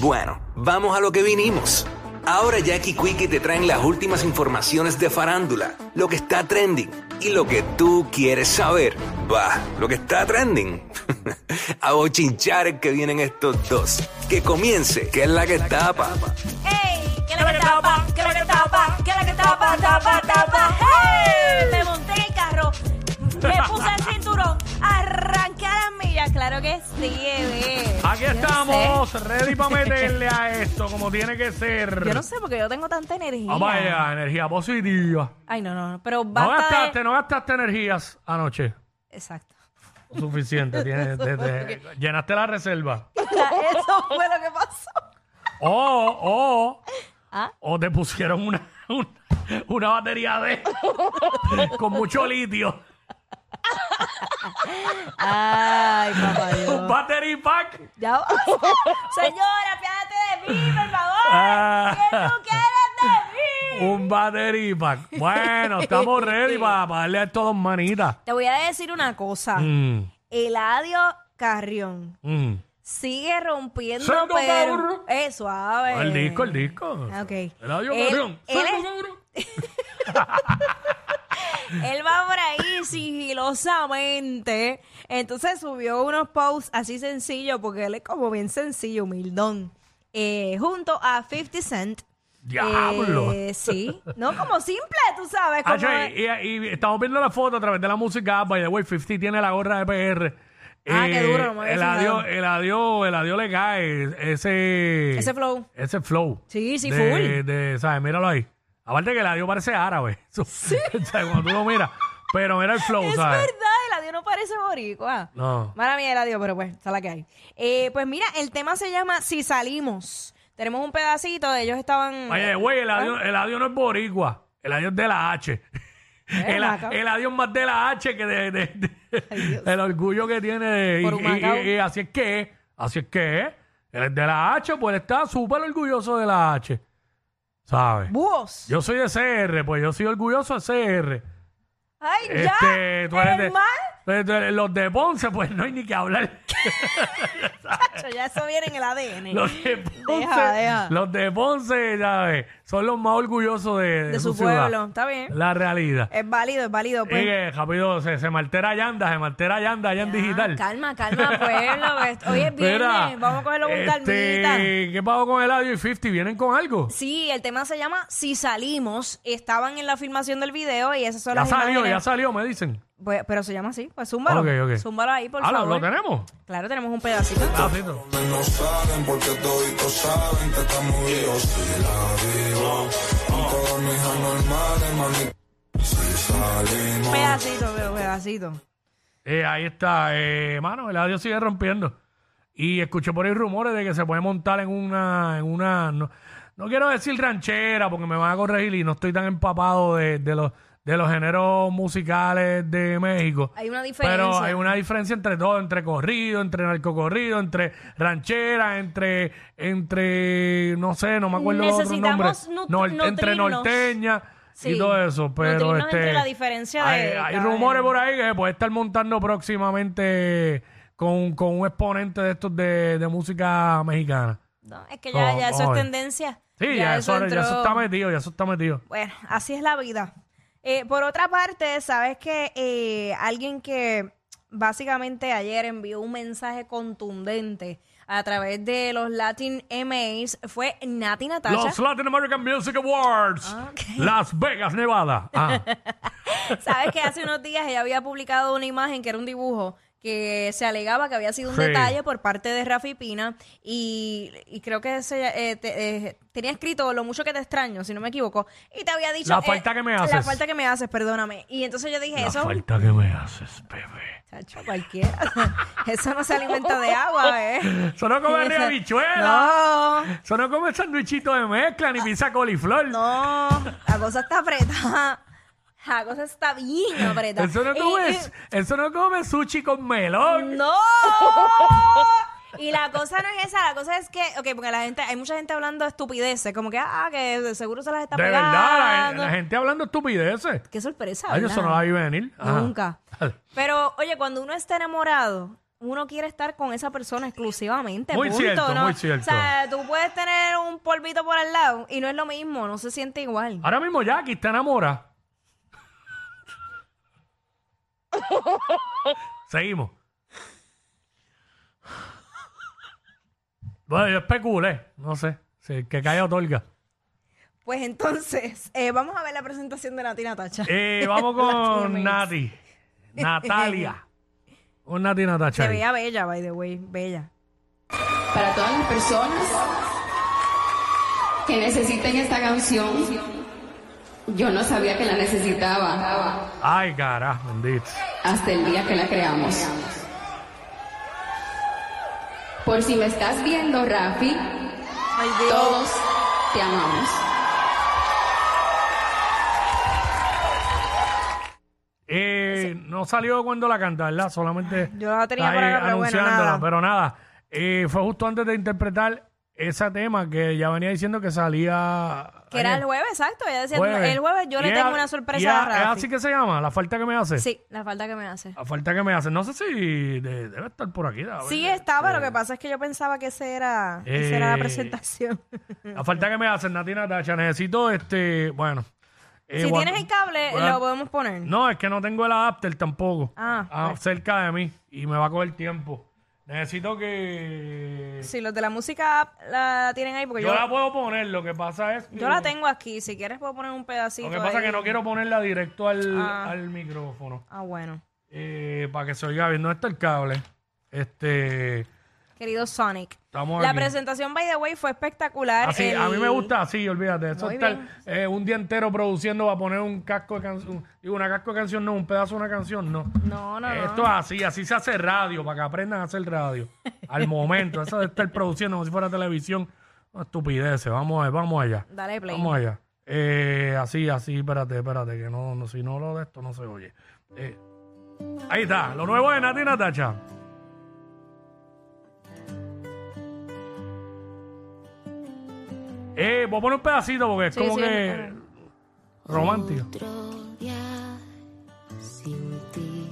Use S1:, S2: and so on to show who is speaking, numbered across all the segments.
S1: Bueno, vamos a lo que vinimos. Ahora Jackie Quickie te traen las últimas informaciones de farándula, lo que está trending y lo que tú quieres saber. Va, lo que está trending. a bochinchar que vienen estos dos. Que comience, que es la que tapa.
S2: ¡Ey! ¿Qué es la que tapa? ¿Qué es la que tapa? ¿Qué es la que tapa? Tapa, tapa. ¡Hey! Me monté en el carro, me puse el cinturón, arranqué a las millas. Claro que sí, bebé.
S3: Aquí
S2: Yo no
S3: estamos,
S2: sé.
S3: ready para meterle a esto como tiene que ser.
S2: Yo no sé porque yo tengo tanta energía.
S3: Vamos allá, energía positiva.
S2: Ay, no, no, no, pero
S3: No
S2: basta
S3: gastaste,
S2: de...
S3: no gastaste energías anoche.
S2: Exacto.
S3: Suficiente, tienes, te- te- llenaste la reserva.
S2: Eso fue lo que pasó.
S3: O, o,
S2: ¿Ah?
S3: Oh, o te pusieron una, una, una batería de con mucho litio.
S2: Ay, papá
S3: Un
S2: Dios.
S3: battery pack.
S2: Ya va. Señora, piádate de mí, por favor. ¿Qué
S3: Ah,
S2: tú quieres de mí?
S3: un battery pack. Bueno, estamos ready para, darle a estos dos manitas.
S2: Te voy a decir una cosa.
S3: Mm,
S2: Eladio Carrión
S3: mm.
S2: sigue rompiendo,
S3: Sango
S2: pero...
S3: Mauro.
S2: Eh, suave.
S3: Ah, El disco, el disco.
S2: Ah, ok.
S3: Eladio
S2: Él-
S3: Carrión.
S2: él
S3: Sango
S2: es-
S3: Mauro.
S2: Él va por ahí sigilosamente. Entonces subió unos posts así sencillo, porque él es como bien sencillo, humildón. Eh, junto a 50 Cent.
S3: Diablo.
S2: Eh, sí. No, como simple, tú sabes. Como...
S3: Ah, y, y- y estamos viendo la foto a través de la música. By the way, 50 tiene la gorra de PR.
S2: Ah, qué duro, no me había
S3: el
S2: fijado.
S3: adiós, el adiós, el adiós le cae ese,
S2: Ese flow.
S3: ese flow.
S2: Sí, sí,
S3: de, de- ¿sabes? Míralo ahí. Aparte que el adiós parece árabe. Eso- ¿sabes? Cuando tú lo miras. Pero mira el flow,
S2: Es
S3: ¿sabes?
S2: verdad, Eladio no parece boricua.
S3: No.
S2: Mala mía, Eladio, pero pues, esa es la que hay. Eh, pues mira, el tema se llama Si salimos. Tenemos un pedacito, ellos estaban... ¿Ah?
S3: Oye, güey, el adiós, el adiós no es boricua. El adiós es de la H. El,
S2: Macao.
S3: el adiós más de la H que de, de- de-
S2: Ay, Dios.
S3: el orgullo que tiene. de- y,
S2: Por un
S3: y-
S2: Macao.
S3: y- y así es que es, así es que es. Él es de la H, pues él está súper orgulloso de la H. ¿Sabes?
S2: ¡Búhos!
S3: Yo soy de CR, pues yo soy orgulloso de CR.
S2: ¡Ay, ya!
S3: Este, tú eres de-
S2: ¡El mal!
S3: de- de- los de Ponce, pues no hay ni que hablar.
S2: Chacho, ya eso viene en el ADN.
S3: Los de Ponce,
S2: Deja, deja.
S3: Los de Ponce, ¿sabes? Son los más orgullosos de, de
S2: de su
S3: ciudad.
S2: pueblo. Está bien.
S3: La realidad.
S2: Es válido, es válido.
S3: Y
S2: Eh, Pues.
S3: que, rápido, se, se maltera yanda, se maltera yanda, allá en digital.
S2: Ah, calma, calma, pueblo. que est- Hoy es viernes.
S3: Mira,
S2: Vamos a cogerlo con
S3: este,
S2: calmita.
S3: ¿Qué pasó con Eladio y 50? ¿Vienen con algo?
S2: Sí, el tema se llama Si salimos. Estaban en la filmación del video y esas son
S3: Ya
S2: las
S3: salió,
S2: imágenes.
S3: ya salió, me dicen.
S2: Pues, pero se llama así. Pues zúmbalo.
S3: Ok, ok.
S2: Zúmbalo ahí, por
S3: Ah, ¿lo-
S2: favor.
S3: ¿Lo tenemos?
S2: Claro, tenemos un pedacito.
S3: Ah, sí, no.
S4: Ellos no saben porque toditos saben que estamos vivos. Si la vivo, con todos mis anormales, mami. Si salimos.
S2: Pedacito, pero pedacito.
S3: Eh, ahí está, eh, mano, Eladio sigue rompiendo. Y escuché por ahí rumores de que se puede montar en una... En una no, no quiero decir ranchera porque me van a corregir y no estoy tan empapado de, de los, de los géneros musicales de México.
S2: Hay una diferencia.
S3: Pero hay una diferencia entre todo, entre corrido, entre narcocorrido, entre ranchera, entre, entre, no sé, no me acuerdo los otros nombres.
S2: Necesitamos nut-
S3: Nor- entre
S2: nutrirnos.
S3: norteña
S2: Sí,
S3: y todo eso. Pero
S2: nutrirnos
S3: este,
S2: entre la diferencia de
S3: hay, hay
S2: cada
S3: rumores
S2: género.
S3: por ahí que se puede estar montando próximamente con, con un exponente de estos de, de música mexicana.
S2: No, es que ya,
S3: Oh,
S2: ya eso es
S3: oh.
S2: tendencia.
S3: Sí, ya, eso, ahora- ya eso
S2: entró.
S3: está metido, ya eso está metido.
S2: Bueno, así es la vida. Eh, por otra parte, sabes que alguien que básicamente ayer envió un mensaje contundente a través de los Latin MAs fue Nati Natasha.
S3: Los Latin American Music Awards,
S2: Ah, Ok.
S3: Las Vegas, Nevada. Ah.
S2: Sabes que hace unos días ella había publicado una imagen que era un dibujo que se alegaba que había sido un
S3: Sí.
S2: detalle por parte de Rafi Pina y, y creo que se, eh, te- eh, tenía escrito lo mucho que te extraño, si no me equivoco, y te había dicho... eh,
S3: La falta que me
S2: La
S3: haces.
S2: falta que me haces, perdóname. Y entonces yo dije,
S3: La
S2: eso...
S3: falta que me haces, bebé.
S2: Chacho, cualquiera. eso no se alimenta de agua, ¿eh?
S3: Eso no come
S2: Esa-
S3: riabichuela.
S2: No,
S3: Eso no come sandwichito de mezcla ni pizza coliflor.
S2: Ah, no, la cosa está apretada. La cosa está bien apretada.
S3: Eso no
S2: Y-
S3: come,
S2: y-
S3: eso no come sushi con melón.
S2: ¡No! Y la cosa no es esa, la cosa es que, ok, porque la gente, hay mucha gente hablando de estupideces, como que, ah, que de seguro se las está
S3: de
S2: pegando.
S3: verdad, la, la gente hablando estupideces.
S2: Qué sorpresa,
S3: Ay,
S2: ¿verdad?
S3: eso no la vi venir. Ajá.
S2: Nunca. Pero, oye, cuando uno está enamorado, uno quiere estar con esa persona exclusivamente.
S3: Muy
S2: punto,
S3: cierto,
S2: ¿no?
S3: muy cierto.
S2: O sea, tú puedes tener un polvito por al lado y no es lo mismo, no se siente igual.
S3: Ahora mismo Jackie está enamorada. Seguimos. Bueno, yo especulé, no sé. Si el que cae otorga.
S2: Pues entonces, eh, vamos a ver la presentación de Nati Natacha.
S3: Eh, vamos
S2: La
S3: con
S2: Chimix.
S3: Nati. Natalia. Con Nati Natacha.
S2: Se
S3: ahí.
S2: veía bella, by the way, bella.
S5: para todas las personas que necesiten esta canción. Yo no sabía que la necesitaba
S3: Ay, carajo, bendito.
S5: hasta el día que la creamos. Por si me estás viendo, Rafi,
S2: Ay, Dios.
S5: todos te amamos.
S3: Eh, no salió cuando la canta, ¿verdad? Solamente.
S2: Yo la tenía
S3: ahí
S2: por acá, pero bueno,
S3: anunciándola,
S2: nada.
S3: pero nada. Eh, fue justo antes de interpretar ese tema que ya venía diciendo que salía.
S2: Que era
S3: ayer.
S2: el jueves, exacto. Ella decía,
S3: Jueves.
S2: el jueves yo
S3: Y
S2: le
S3: es
S2: tengo
S3: a-
S2: una
S3: y
S2: sorpresa
S3: es
S2: a,
S3: a- ¿Es
S2: Rafi.
S3: así que se llama? ¿La falta que Ah, me hace?
S2: Sí, la falta que me hace.
S3: La falta que me hace. No sé si de- debe estar por aquí. a ver.
S2: Sí estaba, lo que pasa es que yo pensaba que ese era, esa era
S3: este- Eh,
S2: la presentación.
S3: La falta que me hace, Natina Tacha. Necesito este. Bueno. eh,
S2: si
S3: guan-
S2: tienes el cable,
S3: guan-
S2: lo podemos poner.
S3: No, es que no tengo el adapter tampoco.
S2: Ah,
S3: cerca de mí. Y me va a coger tiempo. Necesito que.
S2: Si los de la música app la tienen ahí, porque
S3: Yo
S2: Pues yo,
S3: la puedo poner, lo que pasa es. que-
S2: yo la tengo aquí. Si quieres, puedo poner un pedacito.
S3: Lo que pasa es
S2: ahí.
S3: que no quiero ponerla directo al,
S2: Ah.
S3: al micrófono.
S2: Ah, bueno.
S3: eh, para que se oiga bien. No está el cable. Este.
S2: Querido Sonic.
S3: Estamos
S2: la
S3: aquí.
S2: presentación, by the way, fue espectacular. eh,
S3: Así,
S2: El-
S3: A mí me gusta así, olvídate. Eso
S2: Muy
S3: estar
S2: bien.
S3: eh, un día entero produciendo para poner un casco de canción. Digo, una casco de canción, no, un pedazo de una canción, no.
S2: No, no, no.
S3: Esto es así, así se hace radio, para que aprendan a hacer radio. Al momento, eso de estar produciendo como si fuera televisión, no, estupideces. Vamos, a- vamos allá.
S2: Dale play.
S3: Vamos allá. Eh, así, así, espérate, espérate, que no, no, si no lo de esto no se oye. Eh, ahí está, lo nuevo de Nati Natacha. Eh, voy a poner un pedacito porque es
S2: Sí,
S3: como
S2: sí,
S3: que romántico.
S6: Otro día sin ti.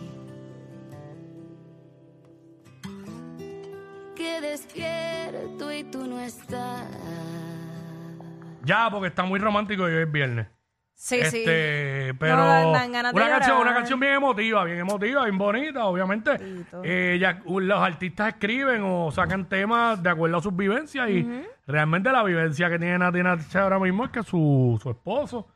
S6: Que despierto y tú no estás.
S3: Ya, porque está muy romántico y hoy es viernes.
S2: Sí, sí.
S3: este, pero
S2: No, dan ganas de
S3: una canción,
S2: llorar.
S3: una canción bien emotiva, bien emotiva, bien bonita, obviamente.
S2: Tito.
S3: Eh, ya, u- los artistas escriben o sacan temas de acuerdo a sus vivencias y realmente la vivencia que tiene Nati Natasha ahora mismo es que su, su esposo,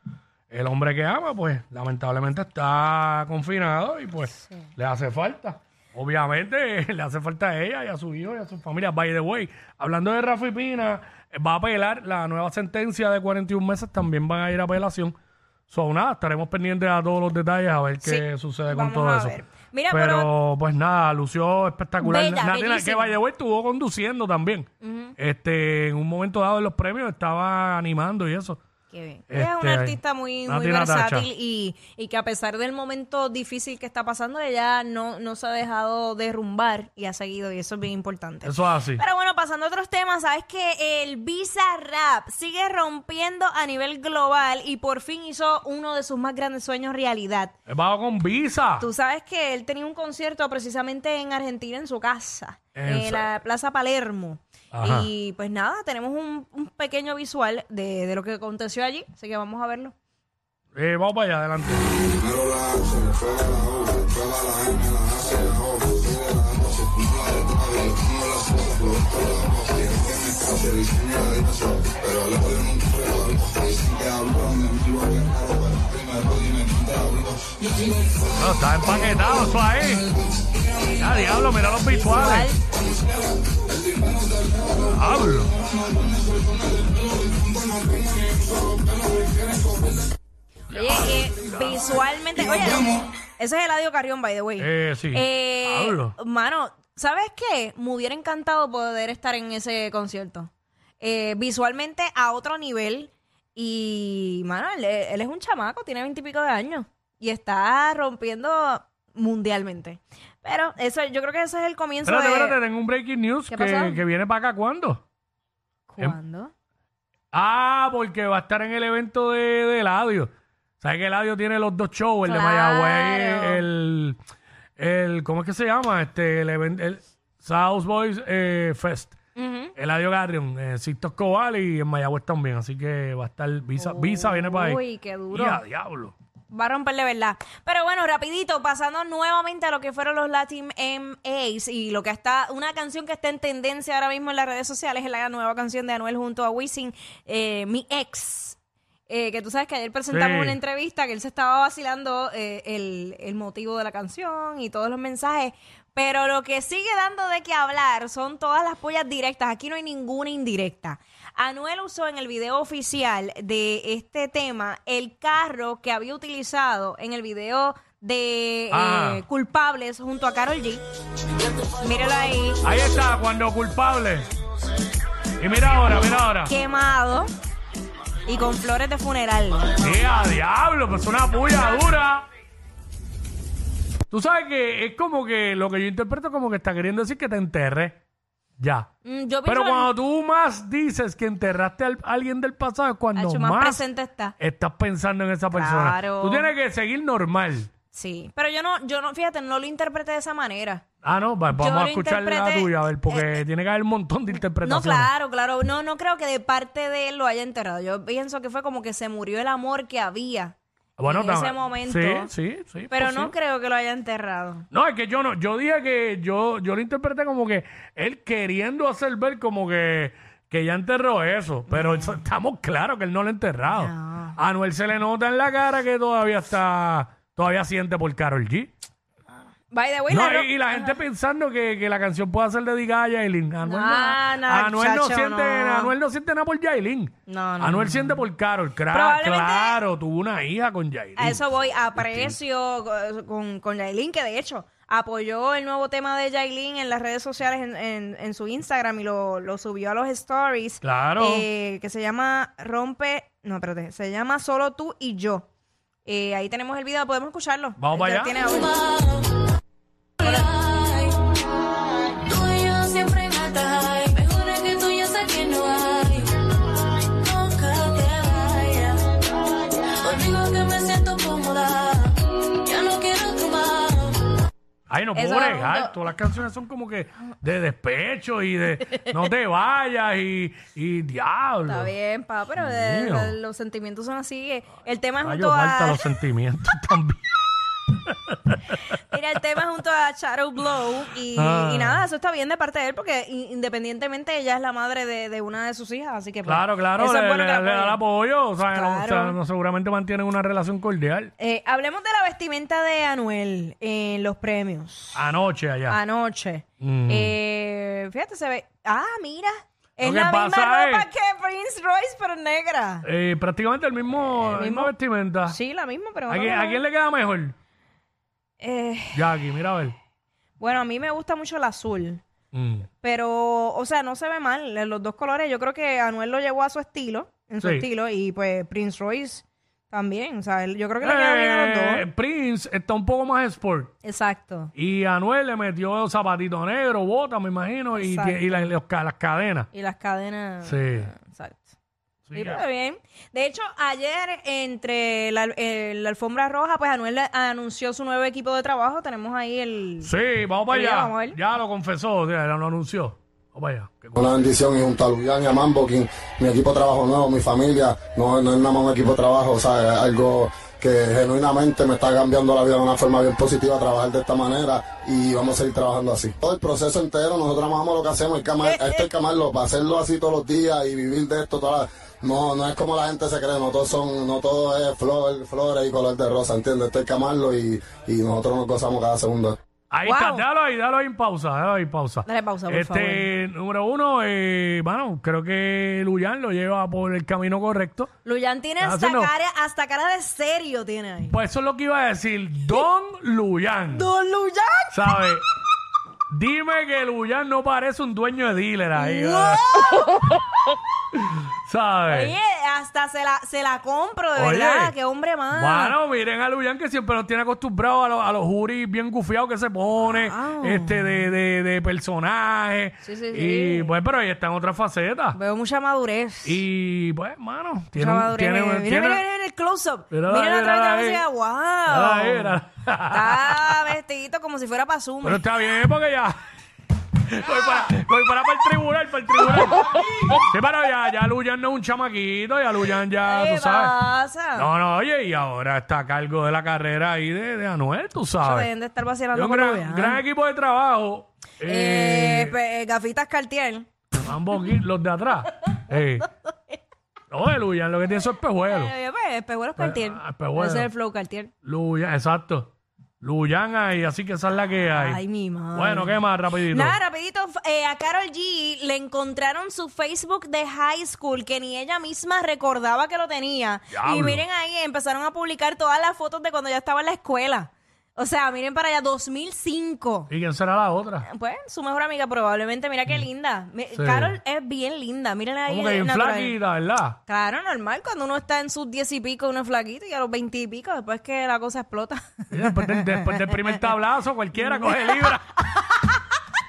S3: el hombre que ama, pues lamentablemente está confinado y pues le hace falta. Obviamente le hace falta a ella y a su hijo y a su familia. By the way, hablando de Rafi Pina, eh, va a apelar la nueva sentencia de 41 meses, también van a ir a apelación. So, nada, estaremos pendientes a todos los detalles a ver qué
S2: Sí,
S3: sucede con
S2: vamos
S3: todo
S2: a
S3: eso.
S2: ver. Mira,
S3: pero,
S2: pero-
S3: pues nada, lució espectacular.
S2: Bella,
S3: Nati- que
S2: bellísima.
S3: by the way, estuvo conduciendo también. Este, en un momento dado en los premios estaba animando y eso.
S2: Qué bien.
S3: Este,
S2: Ella es una artista muy, muy
S3: Nati Natacha.
S2: versátil y, y que a pesar del momento difícil que está pasando, ella no, no se ha dejado derrumbar y ha seguido y eso es bien importante.
S3: Eso es así.
S2: Pero bueno, pasando a otros temas, sabes que el Visa Rap sigue rompiendo a nivel global y por fin hizo uno de sus más grandes sueños realidad.
S3: Bajo con visa.
S2: Tú sabes que él tenía un concierto precisamente en Argentina, en su casa,
S3: En
S2: en,
S3: su-
S2: la Plaza Palermo.
S3: Ajá.
S2: Y pues nada, tenemos un, un pequeño visual de, de lo que aconteció allí, así que vamos a verlo.
S3: Eh, vamos para allá, adelante. No, está empaquetado eso ahí. Ya, diablo, mira los visuales. Diablo.
S2: Oye, eh, visualmente, oye, ese es Eladio Carrión, by the way.
S3: Eh, sí.
S2: Eh,
S3: Hablo.
S2: mano, ¿sabes qué? Me hubiera encantado poder estar en ese concierto. Eh, visualmente a otro nivel. Y, mano, él, él es un chamaco, tiene veintipico de años. Y está rompiendo mundialmente. Pero eso, yo creo que ese es el comienzo
S3: Espérate,
S2: de...
S3: espérate, tengo un breaking news
S2: ¿Qué
S3: que,
S2: pasó?
S3: que viene para acá cuándo.
S2: ¿Cuándo?
S3: Ah, porque va a estar en el evento de, de Eladio. ¿Sabes que Eladio tiene los dos shows? El
S2: Claro.
S3: de Mayagüez, el, el, ¿cómo es que se llama? Este, el, event- el South Boys eh, Fest. Eladio Garrion, eh, Sisto Escobar y en Mayagüez también. Así que va a estar Visa. Visa viene para ahí.
S2: Uy, qué duro.
S3: Y a diablo.
S2: Va a romper de verdad. Pero bueno, rapidito, pasando nuevamente a lo que fueron los Latin MAs y lo que está, una canción que está en tendencia ahora mismo en las redes sociales es la nueva canción de Anuel junto a Wisin, eh, Mi Ex. Eh, que tú sabes que ayer presentamos
S3: Sí.
S2: una entrevista que él se estaba vacilando eh, el, el motivo de la canción y todos los mensajes. Pero lo que sigue dando de qué hablar son todas las pollas directas. Aquí no hay ninguna indirecta. Anuel usó en el video oficial de este tema el carro que había utilizado en el video de eh,
S3: Ah.
S2: Culpables junto a Carol G. Míralo ahí,
S3: Ahí está, cuando culpable. Y mira ahora, mira ahora.
S2: quemado y con flores de funeral.
S3: ¡Eh, a diablo! Pues una puya dura. Tú sabes que es como que lo que yo interpreto como que está queriendo decir que te enterré. Ya.
S2: Mm, Yo
S3: Pero
S2: pienso
S3: cuando tú más dices que enterraste a alguien del pasado es cuando
S2: Hacho,
S3: más,
S2: más presente está.
S3: estás pensando en esa persona.
S2: Claro.
S3: Tú tienes que seguir normal.
S2: Sí, pero yo no, yo no, fíjate, no lo interpreté de esa manera.
S3: Ah, no, va- vamos
S2: lo
S3: a escuchar la
S2: interpreté- este
S3: tuya, a ver, porque tiene que haber un montón de
S2: No,
S3: interpretaciones. Ah,
S2: claro, claro. No, no creo que de parte de él lo haya enterrado. Yo pienso que fue como que se murió el amor que había en
S3: tam-
S2: ese momento.
S3: Sí, sí, sí.
S2: Pero
S3: pues
S2: no
S3: sí.
S2: creo que lo haya enterrado.
S3: No, es que yo no, yo dije que yo, yo lo interpreté como que él queriendo hacer ver como que, que ya enterró eso, pero eso- estamos claros que él no lo ha enterrado. A Anuel se le nota en la cara que todavía está, todavía siente por Carol G.
S2: By the way,
S3: No,
S2: la ro-
S3: y, y la gente pensando que, que la canción pueda ser dedicada a Yailin. Anuel,
S2: Nah,
S3: no,
S2: nah,
S3: Anuel, no
S2: chacho,
S3: siente,
S2: no.
S3: Anuel no siente nada por Yailin.
S2: No, no,
S3: Anuel siente por Carol. cra-
S2: Probablemente-
S3: Claro, tuvo una hija con Yailin.
S2: a eso voy, aprecio co- con, con Yailin, que de hecho apoyó el nuevo tema de Yailin en las redes sociales, en, en- en su Instagram y lo, lo subió a los stories.
S3: Claro.
S2: eh, que se llama Rompe, no, espérate, se llama Solo tú y yo. Eh, ahí tenemos el video, podemos escucharlo.
S3: Vamos
S2: Ya
S3: para allá.
S2: tiene audio.
S7: Tú y yo siempre en alta high. Me juro que tú ya sé que no hay. Nunca te vayas. Contigo que me siento cómoda. Ya no quiero otro más.
S3: Ay, no puedo
S2: Eso no-
S3: bregar.
S2: no-
S3: Todas las canciones son como que de despecho y de no te vayas y, y diablo.
S2: Está bien, pa, pero de-
S3: Dios mío.
S2: los sentimientos son así. eh. El tema es
S3: Rayo,
S2: junto
S3: falta
S2: a,
S3: los sentimientos también.
S2: mira, el tema es junto a Shadow Blow y,
S3: Ah.
S2: y nada, eso está bien de parte de él porque in- independientemente ella es la madre de, de una de sus hijas, así que pues,
S3: Claro, claro,
S2: eso
S3: le,
S2: es bueno
S3: le-
S2: que la
S3: le da el
S2: apoyen.
S3: apoyo. O sea, no, o sea,
S2: Claro.
S3: no, seguramente mantienen una relación cordial.
S2: Eh, hablemos de la vestimenta de Anuel en los premios
S3: Anoche allá.
S2: anoche.
S3: Mm.
S2: Eh, fíjate, se ve. Ah, mira. Es
S3: Lo que
S2: la misma
S3: pasa
S2: ropa
S3: es-
S2: que Prince Royce, pero negra.
S3: Eh, prácticamente el mismo, el mismo vestimenta.
S2: Sí, la misma, pero.
S3: ¿A, quién,
S2: no-
S3: a quién le queda mejor?
S2: Eh,
S3: Jackie, mira a ver.
S2: bueno, a mí me gusta mucho el azul.
S3: Mm.
S2: Pero, o sea, no se ve mal. eh, Los dos colores, yo creo que Anuel lo llevó a su estilo, en su
S3: Sí.
S2: estilo, y pues Prince Royce también. O sea, él- yo creo que le queda bien a los
S3: Eh,
S2: dos.
S3: Prince está un poco más sport.
S2: Exacto.
S3: Y Anuel le metió zapatito negro, botas, me imagino, y,
S2: Exacto.
S3: y la- los ca- las cadenas.
S2: Y las cadenas.
S3: Sí.
S2: Exacto.
S3: Sí,
S2: Sí, pues.
S3: que-
S2: pero bien. De hecho, ayer entre la, eh, la alfombra roja, pues Anuel anunció su nuevo equipo de trabajo. Tenemos ahí el...
S3: Sí, vamos para
S2: Oye,
S3: allá.
S2: vamos a ver.
S3: ya lo confesó, o sea, lo anunció. Vamos para allá. Qué cu-
S8: Una bendición y junto a Luyan y a Mambo, quien- mi equipo de trabajo nuevo, mi familia, no, no es nada más un equipo de trabajo, o sea, es algo que genuinamente me está cambiando la vida de una forma bien positiva, trabajar de esta manera y vamos a seguir trabajando así. Todo el proceso entero, nosotros amamos lo que hacemos, hay que amar- esto hay que amarlo, para hacerlo así todos los días y vivir de esto toda la- no, no es como la gente se cree, no todo, son, no todo es flor, flores y color de rosa, ¿entiendes? Esto hay que amarlo y, y nosotros nos gozamos cada segundo.
S3: Ahí
S2: Wow.
S3: está, déjalo ahí, déjalo ahí en pausa, déjalo ahí en pausa.
S2: Dale pausa, por
S3: este, número uno, eh, bueno, creo que Luyan lo lleva por el camino correcto.
S2: Luyan tiene
S3: Ah,
S2: hasta,
S3: sí, no.
S2: cara, hasta cara de serio tiene ahí.
S3: Pues eso es lo que iba a decir, Don Luyan.
S2: ¡Don Luyan!
S3: ¿Sabes? Dime que Luyan no parece un dueño de dealer ahí. ¿verdad? ¿Sabes?
S2: Oye, hasta se la, se la compro, de
S3: Eh. Oye.
S2: verdad. ¡Qué hombre más!
S3: Bueno, miren a Luyan que siempre nos tiene acostumbrados a, los- a los juris bien gufiados que se pone,
S2: Wow.
S3: este, de, de, de personajes.
S2: Sí, sí,
S3: y
S2: sí.
S3: pues, pero ahí está en otra faceta.
S2: Veo mucha madurez.
S3: Y pues, mano, tiene
S2: mucha
S3: un-
S2: madurez.
S3: tiene
S2: mira,
S3: un-
S2: mira,
S3: tiene-
S2: mira, mira el close-up.
S3: Mírala
S2: Mira
S3: ahí,
S2: la
S3: mírala
S2: otra
S3: ahí.
S2: vez, ¡wow!
S3: Mírala ahí, mírala.
S2: Está vestidito como si fuera para Zumba.
S3: Pero está bien, porque ya. Voy para, voy para, para el tribunal, para el tribunal. Sí, pero ya, ya Luyan no es un chamaquito, ya Luyan ya,
S2: ¿Qué
S3: tú sabes.
S2: pasa?
S3: No, no, oye, y ahora está a cargo de la carrera ahí de, de Anuel, tú
S2: Eso
S3: sabes.
S2: Deben de estar
S3: Es
S2: vacilando
S3: un
S2: con
S3: gran,
S2: Luyan.
S3: gran equipo de trabajo.
S2: Eh,
S3: Eh,
S2: pe- eh, gafitas Cartier.
S3: ambos gui- los de atrás. Eh. Oye, Luyan, lo que tiene eso es pejuelo.
S2: Eh, pues, espejuelos Cartier.
S3: ah, espejuelos.
S2: Ese es el flow Cartier.
S3: Luyan, exacto. Luyan ahí, así que esa es la que hay.
S2: Ay, mi madre.
S3: Bueno, ¿qué más, rapidito?
S2: Nada, rapidito, f- eh, a Carol G le encontraron su Facebook de high school que ni ella misma recordaba que lo tenía.
S3: Diablo.
S2: Y miren ahí, empezaron a publicar todas las fotos de cuando ya estaba en la escuela. O sea, miren para allá, 2005.
S3: ¿Y quién será la otra?
S2: Pues, su mejor amiga probablemente, mira qué linda. Mi-
S3: Mm. Sí.
S2: Carol es bien linda, miren ahí. eh,
S3: Como que bien
S2: natural.
S3: flaquita, ¿verdad?
S2: Claro, normal, cuando uno está en sus 10 y pico, uno es flaquito y a los 20 y pico, después que la cosa explota.
S3: Y Después, del- después del primer tablazo, cualquiera coge libra.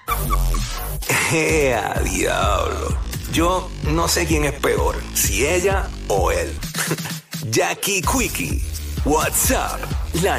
S1: ¡Ea, diablo! Yo no sé quién es peor, si ella o él. Jackie Quickie, WhatsApp, la